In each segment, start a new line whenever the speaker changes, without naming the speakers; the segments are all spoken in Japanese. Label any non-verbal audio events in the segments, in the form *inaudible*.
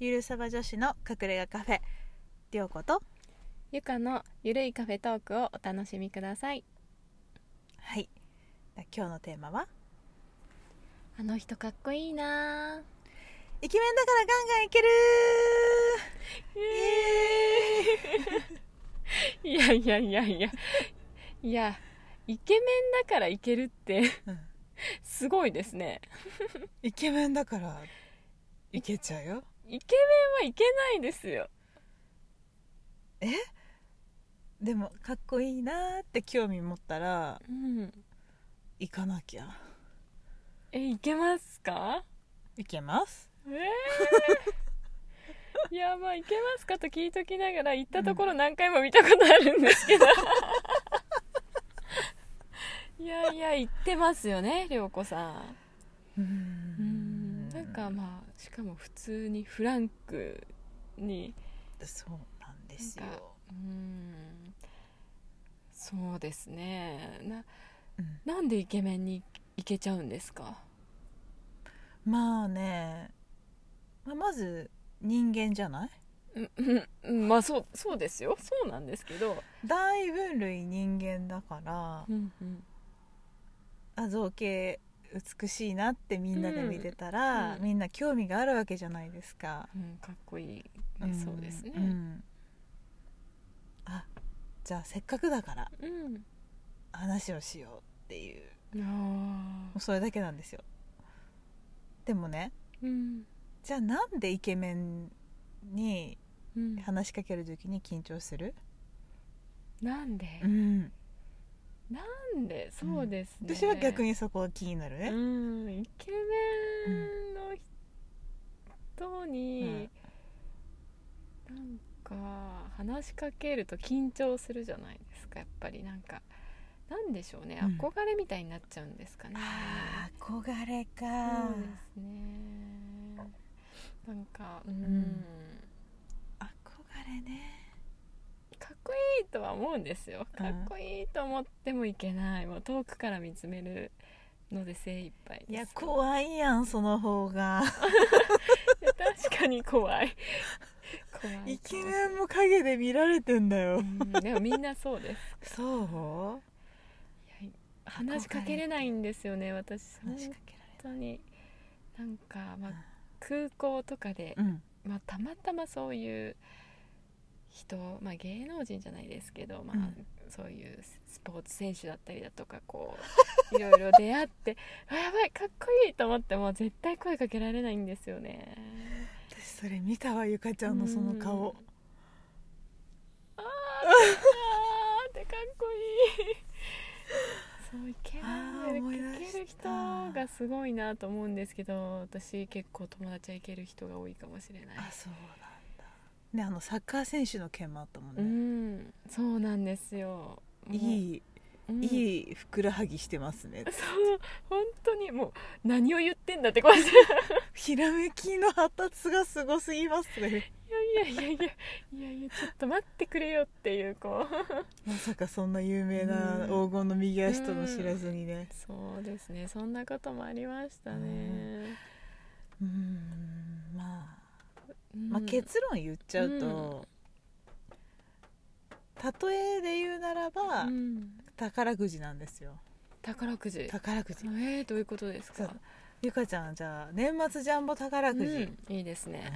ゆるさば女子の隠れ家カフェりょうこと
ゆかのゆるいカフェトークをお楽しみください
はいだ今日のテーマは
あの人かっこいいなぁ
イケメンだからガンガンいける
いやいやいやいやいやイケメンだからいけるって
うん
すごいですね
イケメンだからいけちゃうよ
イケメンはいけないですよ
でもかっこいいなーって興味持ったら
うん
行かなきゃ
えいけますか
いけます
えー *laughs* いやまあいけますかと聞いときながら行ったところ何回も見たことあるんですけどいやいや行ってますよね涼子さ
うー
んうんなんか
ん
まあしかも普通にフランクに
そうなんですよ
なんかうんそうですねな
うん
なんでイケメンに行けちゃうんですか
まあね、まあ、まず人間じゃない
うんうんうんまあそうそうですよそうなんですけど、
大分類人間だから
うんうん、
あ造形美しいなってみんなで見てたら、
うんうん
みんな興味があるわけじゃないですか、
うん、かっこいい、ね
ん
そうですね、
んあじゃあせっかくだから
うん、
話をしようっていうも
あ
うそれだけなんですよでもね
ーうん
じゃあなんでイケメンに
うん、
話しかける時に緊張する、
なんで、
ん、
なんでそうですね、
私は逆
に
にそこが気になるね、
うんイケメンの人に、なんか話しかけると緊張するじゃないですかやっぱりなんかなんでしょうね
うん
憧れみたいになっちゃうんですかね、
あー憧れか
そうですねなんかうん、
ん憧れね
かっこいいとは思うんですよ
うん
かっこいいと思ってもいけない、もう遠くから見つめるので精一杯です
いや怖いやんその方が
いや *laughs* 確かに
*laughs*
怖い怖い
イケメンも影で見られてんだよ
うんでもみんなそうです
そう
いや話しかけれないんですよね私本
話しかけられ
当になんか、まあ、空港とかで
う、ん
まあ、たまたまそういう人、まあ、芸能人じゃないですけど、まあ
うん
そういうスポーツ選手だったりだとかこういろいろ出会って *laughs* あやばいかっこいいと思っても絶対声かけられないんですよね
私それ見たわゆかちゃんのその
うん
顔 *laughs*
あーあーってかっこいいそうイケ
あー
メ
思い
ン
出
でい
した
ける人がすごいなと思うんですけど私結構友達はいける人が多いかもしれない
あそうなんだねあのサッカー選手の件もあったもん
う
ね、
んそうなんですよい、
いい、
うん
いいふくらはぎしてますね
そう本当にもう何を言ってんだって感じい
ひらめきの発達がすごすぎますね *laughs*
やいやいやいやいやいやちょっと待ってくれよっていうこう
まさかそんな有名な
う
黄金の右足とも知らずにね
そうですねそんなこともありましたね、
うーんまあ
うん
まあ、結論言っちゃうと、例えで言うならば、
うん
宝くじなんですよ
宝くじ
宝くじ
えー、どういうことです
そう
か
ゆかちゃんじゃあ年末ジャンボ宝くじ、うん
うんいいですね、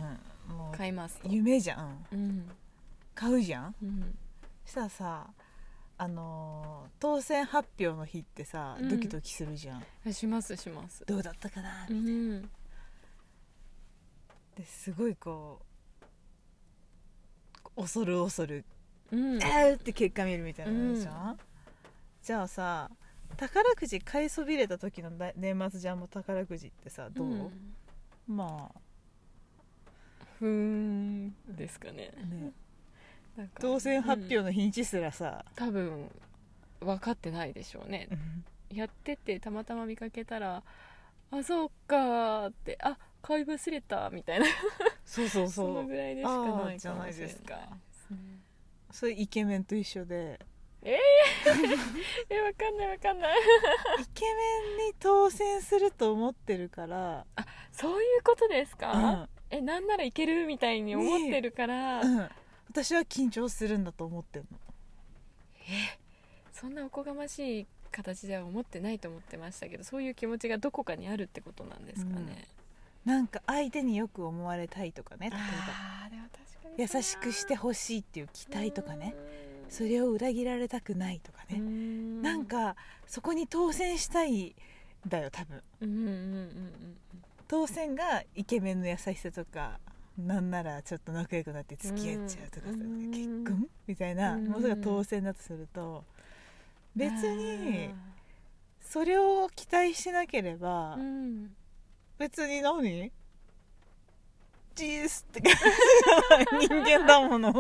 もう
買いますと
夢じゃん
うん
買うじゃん
うん
したらさあのー当選発表の日ってさ
うん
ドキドキするじゃん、
あしますします
どうだったかなっ
うん
てすごいこう恐る恐る
うん
えーって結果見るみたいなのあるじゃん、
う
じゃあさ宝くじ買いそびれた時のだ年末ジャンボ宝くじってさどう、
ん
ま
ふーんですかね
あね
なんか
当選発
う
表
ん
の日にちすらさ、
多分分かってないでしょうねやっててたまたま見かけたら「あそうか」って「あ買い忘れた」みたいな
そうそう
そ
そ
の
う
ぐらいでしかないかもしれない
あーじゃないですか
ですね
それイケメンと一緒で
え分かんない分かんない
イケメンに当選すると思ってるから
そういうことですか、
うん
えなんならいけるみたいに思ってるから、
うん、私は緊張するんだと思ってるの
そんなおこがましい形では思ってないと思ってましたけどそういう気持ちがどこかにあるってことなんですかね、
なんか相手によく思われたいとかね例え
あーでも確かに
ば優しくしてほしいっていう期待とかねそれを裏切られたくないとかね、
な
なん、かそこに当選したいんだよ多分
うんうんうんうん
当選がイケメンの優しさとかなんならちょっと仲良くなって付き合っちゃうとかさ、
うん
結婚みたいな
うん
ものが当選だとすると
うん、
別にそれを期待しなければ、
あー、うん、
別に何チースって感じ *laughs* 人間だもの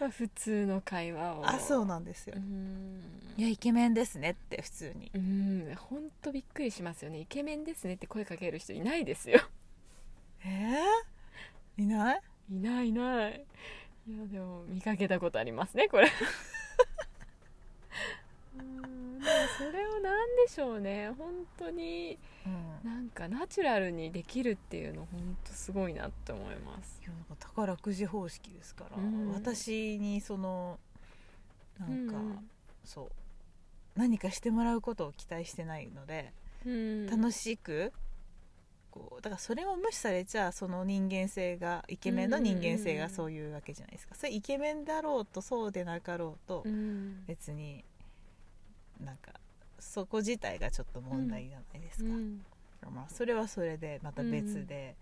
まあ普通の会話を
あそうなんですよ
う、ん
いやイケメンですねって普通に
うん本当びっくりしますよねイケメンですねって声かける人いないですよ
えー、い *laughs* ない
いないいないいやでも見かけたことありますねこれうんでもそれをなんでしょうね本当に
うん
なんかナチュラルにできるっていうの本当すごいなって思います
いやなんか宝くじ方式ですから、
うん
私にそのなんか、
うん
そう何かしてもらうことを期待してないので、
うん、
楽
し
しくこうだからそれを無視されちゃその人間性がイケメンの人間性がそういうわけじゃないですか、それイケメンだろうとそうでなかろうと、
うん
別になんかそこ自体がちょっと問題じゃないですか、
うん
まあ、それはそれでまた別で、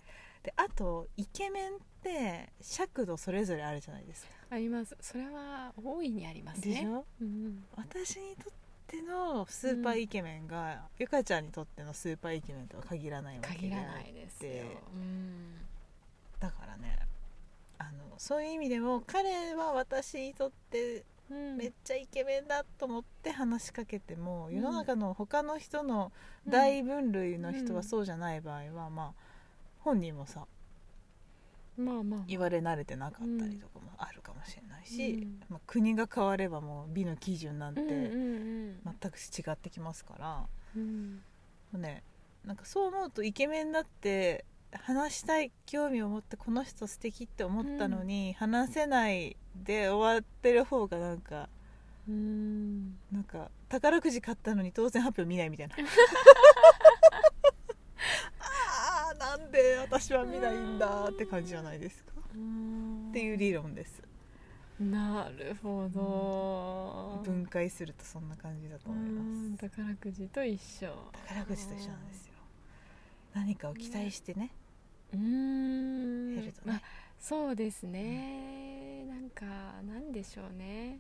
であとイケメンって尺度それぞれあるじゃないですか、
ありますそれは大いにあります
でし
ね
ょ
うん
私にとってのスーパーイケメンが、ゆかちゃんにとってのスーパーイケメンとは限らないわけ
限
で
らないですよ、うん
だからねあのそういう意味でも彼は私にとって
うん
めっちゃイケメンだと思って話しかけても、
うん
世の中の他の人の
うん
大分類の人
う
は
ん
そうじゃない場合は、まあ本人もさ
まあまあ
言われ慣れてなかったりとかもあるかもしれないし、
うん
まあ、国が変わればもう美の基準なんて
うん
全
うんうん
く違ってきますから、
うん
もうねなんかそう思うとイケメンだって話したい興味を持ってこの人素敵って思ったのに、話せないで終わってる方がなんか
うん
なんか宝くじ買ったのに当選発表見ないみ
*laughs*
たいなあーなんで私は見ないんだって感じじゃないですかっていう理論です
なるほど
分解するとそんな感じだと思い
うん
ます
宝くじと一緒
宝くじと一緒なんですよ何かを期待してね
う
減
ん
ると
まあ
ね
そうですねなんかなんでしょうね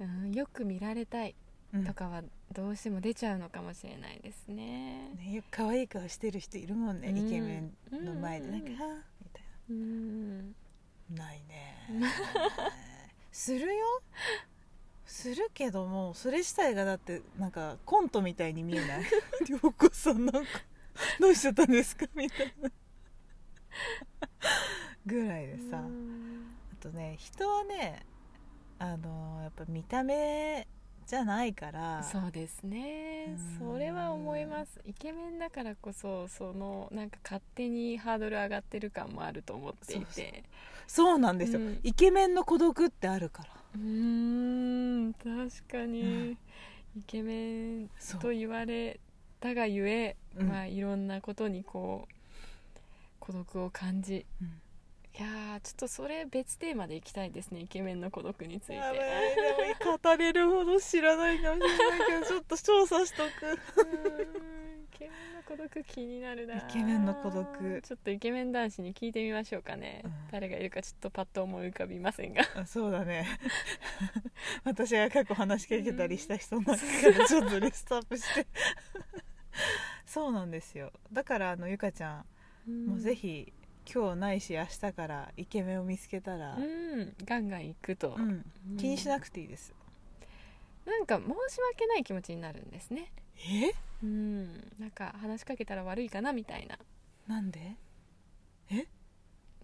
うんよく見られたい
うん
とかはどうしても出ちゃうのかもしれないですね
ねよく可愛い顔してる人いるもんね、
うん
イケメンの前で
うん
な
うんん
か、
うん
あーみたい
うん
なない
*laughs*
ねするよするけどもそれ自体がだってなんかコントみたいに見え
*laughs*
ない涼子さんなんかどうしちゃったんですかみたいなぐらいでさ、
うん
あとね人はねあのやっぱ見た目じゃないから
そうですね
うん
それは思いますイケメンだからこそそのなんか勝手にハードル上がってる感もあると思ってい
そう
て
そうなんですよ、
うん
イケメンの孤独ってあるから
うーん確か
うん
にイケメン
そ
と言われたがゆえ、
うん
まあ、いろんなことにこう孤独を感じ
うん
いやーちょっとそれ別テーマでいきたいですねイケメンの孤独について
やばいでも語れるほど知らないかもしれないけどちょっと調査しとく
うーんイケメンの孤独気になるな
イケメンの孤独
ちょっとイケメン男子に聞いてみましょうかね、
うん
誰がいるかちょっとパッと思い浮かびませんが
あそうだね *laughs* 私が過去話しかけたりした人の中からちょっとリストアップしてそうなんですよだからあのゆかちゃんもうぜひ今日ないし明日からイケメンを見つけたら、
うんガンガン行くと、
うん気にしな
く
くていいです、
なんか申し訳ない気持ちになるんですね
え
うんなんか話しかけたら悪いかなみたいな
なんで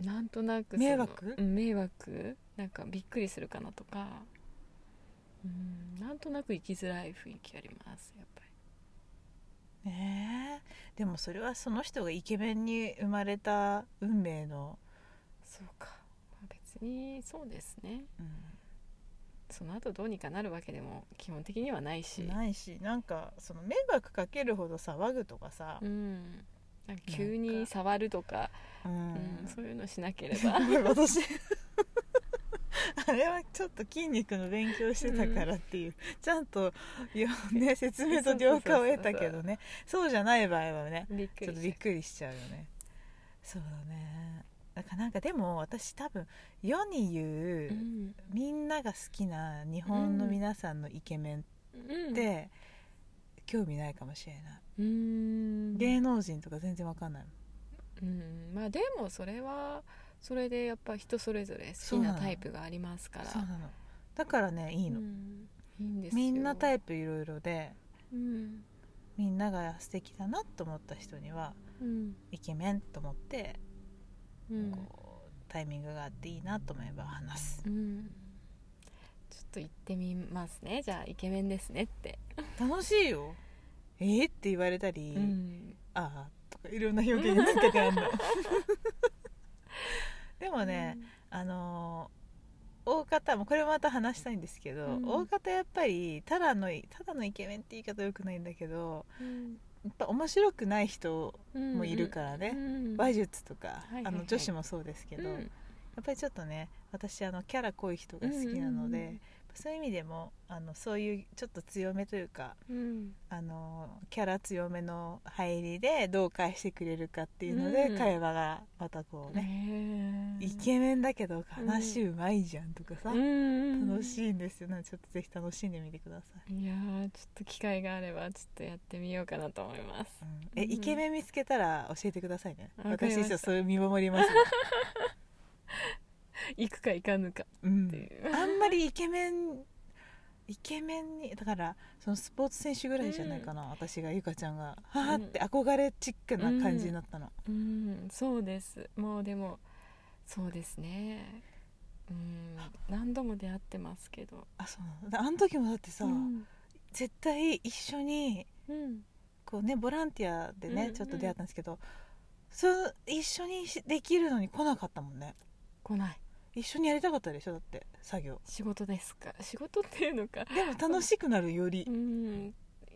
なんとなくその
迷惑
うん迷惑なんかびっくりするかなとかうんなんとなく生きづらい雰囲気ありますやっぱり
ねえでもそれはその人がイケメンに生まれた運命の、
そうか、まあ、別にそうですね
うん、
その後どうにかなるわけでも基本的にはないし
ないしなんかその迷惑かけるほど騒ぐとかさ、
うん、なんか急に触るとか
うん
うん、そういうのしなければ
*laughs* 私あれはちょっと筋肉の勉強してたからっていう、ちゃんと、 *laughs* よね、説明と了解を得たけどねそうじゃない場合はね
びっく
ちょっ
り
と
し
び
ち
っくりしちゃうよねそうだねだからなんかでも私多分世に言う、
ゃううん
みんなが好きな日本の皆さんのイケメンっ
うん
て、興味ないかもしれない
うん
芸能人とか全然わかんないもん
うんまあでもそれはそれでやっぱ人それぞれ好
そ
き
うな
な
の
タイプがありますから
そうなのだからねいいの、
うんいいんですよ
みんなタ
イ
イプいろいろで
プうん、
みんなが素敵だなと思った人には
うん
イケメンと思って、
うん
こうタイミングがあっていいなと思えば話す
うんちょっと行ってみますねじゃあイケメンですねって、
楽しいよえっ、って言われたり、
うん
ああとかいろんな表現につけて
*laughs*
あんのでもね、あのー大方もこれもまた話したいんですけど、
うん
大方やっぱりただのいただのイケメンって言い方よくないんだけど
うん、
やっぱ面白くない人
うん
もいるから
う
ね、
ん
話術とか、
はいはいはい
あの女子もそうですけど、
うん
やっぱりちょっとね私あのキャラ濃い人が好きなので、
うんうんうん
そういう意味でもあのそういうちょっと強めというか
うん
あのキャラ強めの入りでどう返してくれるかっていうので、
うん
会話がまたこうね、
ねえ
イケメンだけど話うまいじゃんとかさ、
うん
楽しいんですよなんでちょっとぜひ楽しんでみてください、
いやーちょっと機会があればちょっとやってみようかなと思います
え
うん
イケメン見つけたら教えてくださいね
わかりま
私
し
一
た
応そう見守りますよ、
行くか行かぬか
う
って
ん、
いう
あんまりイケメンイケメンにだからそのスポーツ選手ぐらいじゃないかな、私がゆかちゃんがはあって憧れチックな感じになったの、
うんそうですもうでもそうですねうん何度も出会ってますけど
あそうなのだあの時もだってさ、
うん
絶対一緒に
うん
こうねボランティアで
うん
ね、
うん
ちょっと出会ったんですけどそう一緒にしできるのに来なかったもんね
来ない
一緒にやりたかったでしょだって作業
仕事ですか仕事っていうのか
でも楽しくなるより
うん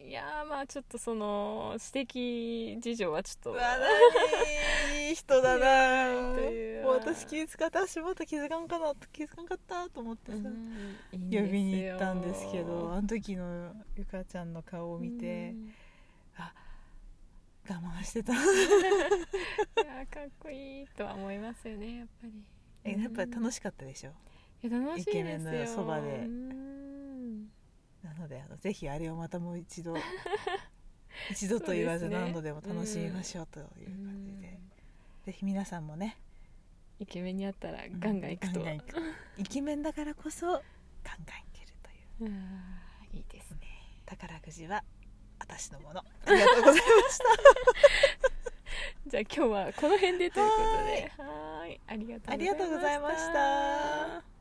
いやーまあちょっとその私的事情はちょっと
何いい人だな
という
もう私気遣った足元気づかんかな気づかんかったと思って
う
さ、
んいいんです
呼
よ
びに行ったんですけどあの時のゆかちゃんの顔を見て、
うん
我慢してた
いやーかっこいいとは思いますよねやっぱり
*laughs* えやっぱ
うん
楽しかったでしょ
いや楽しいですよ
イケメンのそばで
うん
なのであのぜひあれをまたもう
*laughs*
一度一度と言わず
そうですね
何度でも楽しみましょうという感じで、ぜひ皆さんもね
イケメンに会ったらガンガン行くと
ガンガン行くイケメンだからこそガンガンいけるという
うんいいですね
宝くじは私のものありがとうございました
じゃあ今日はこの辺でということではーいありがとうございました
ありがとうございました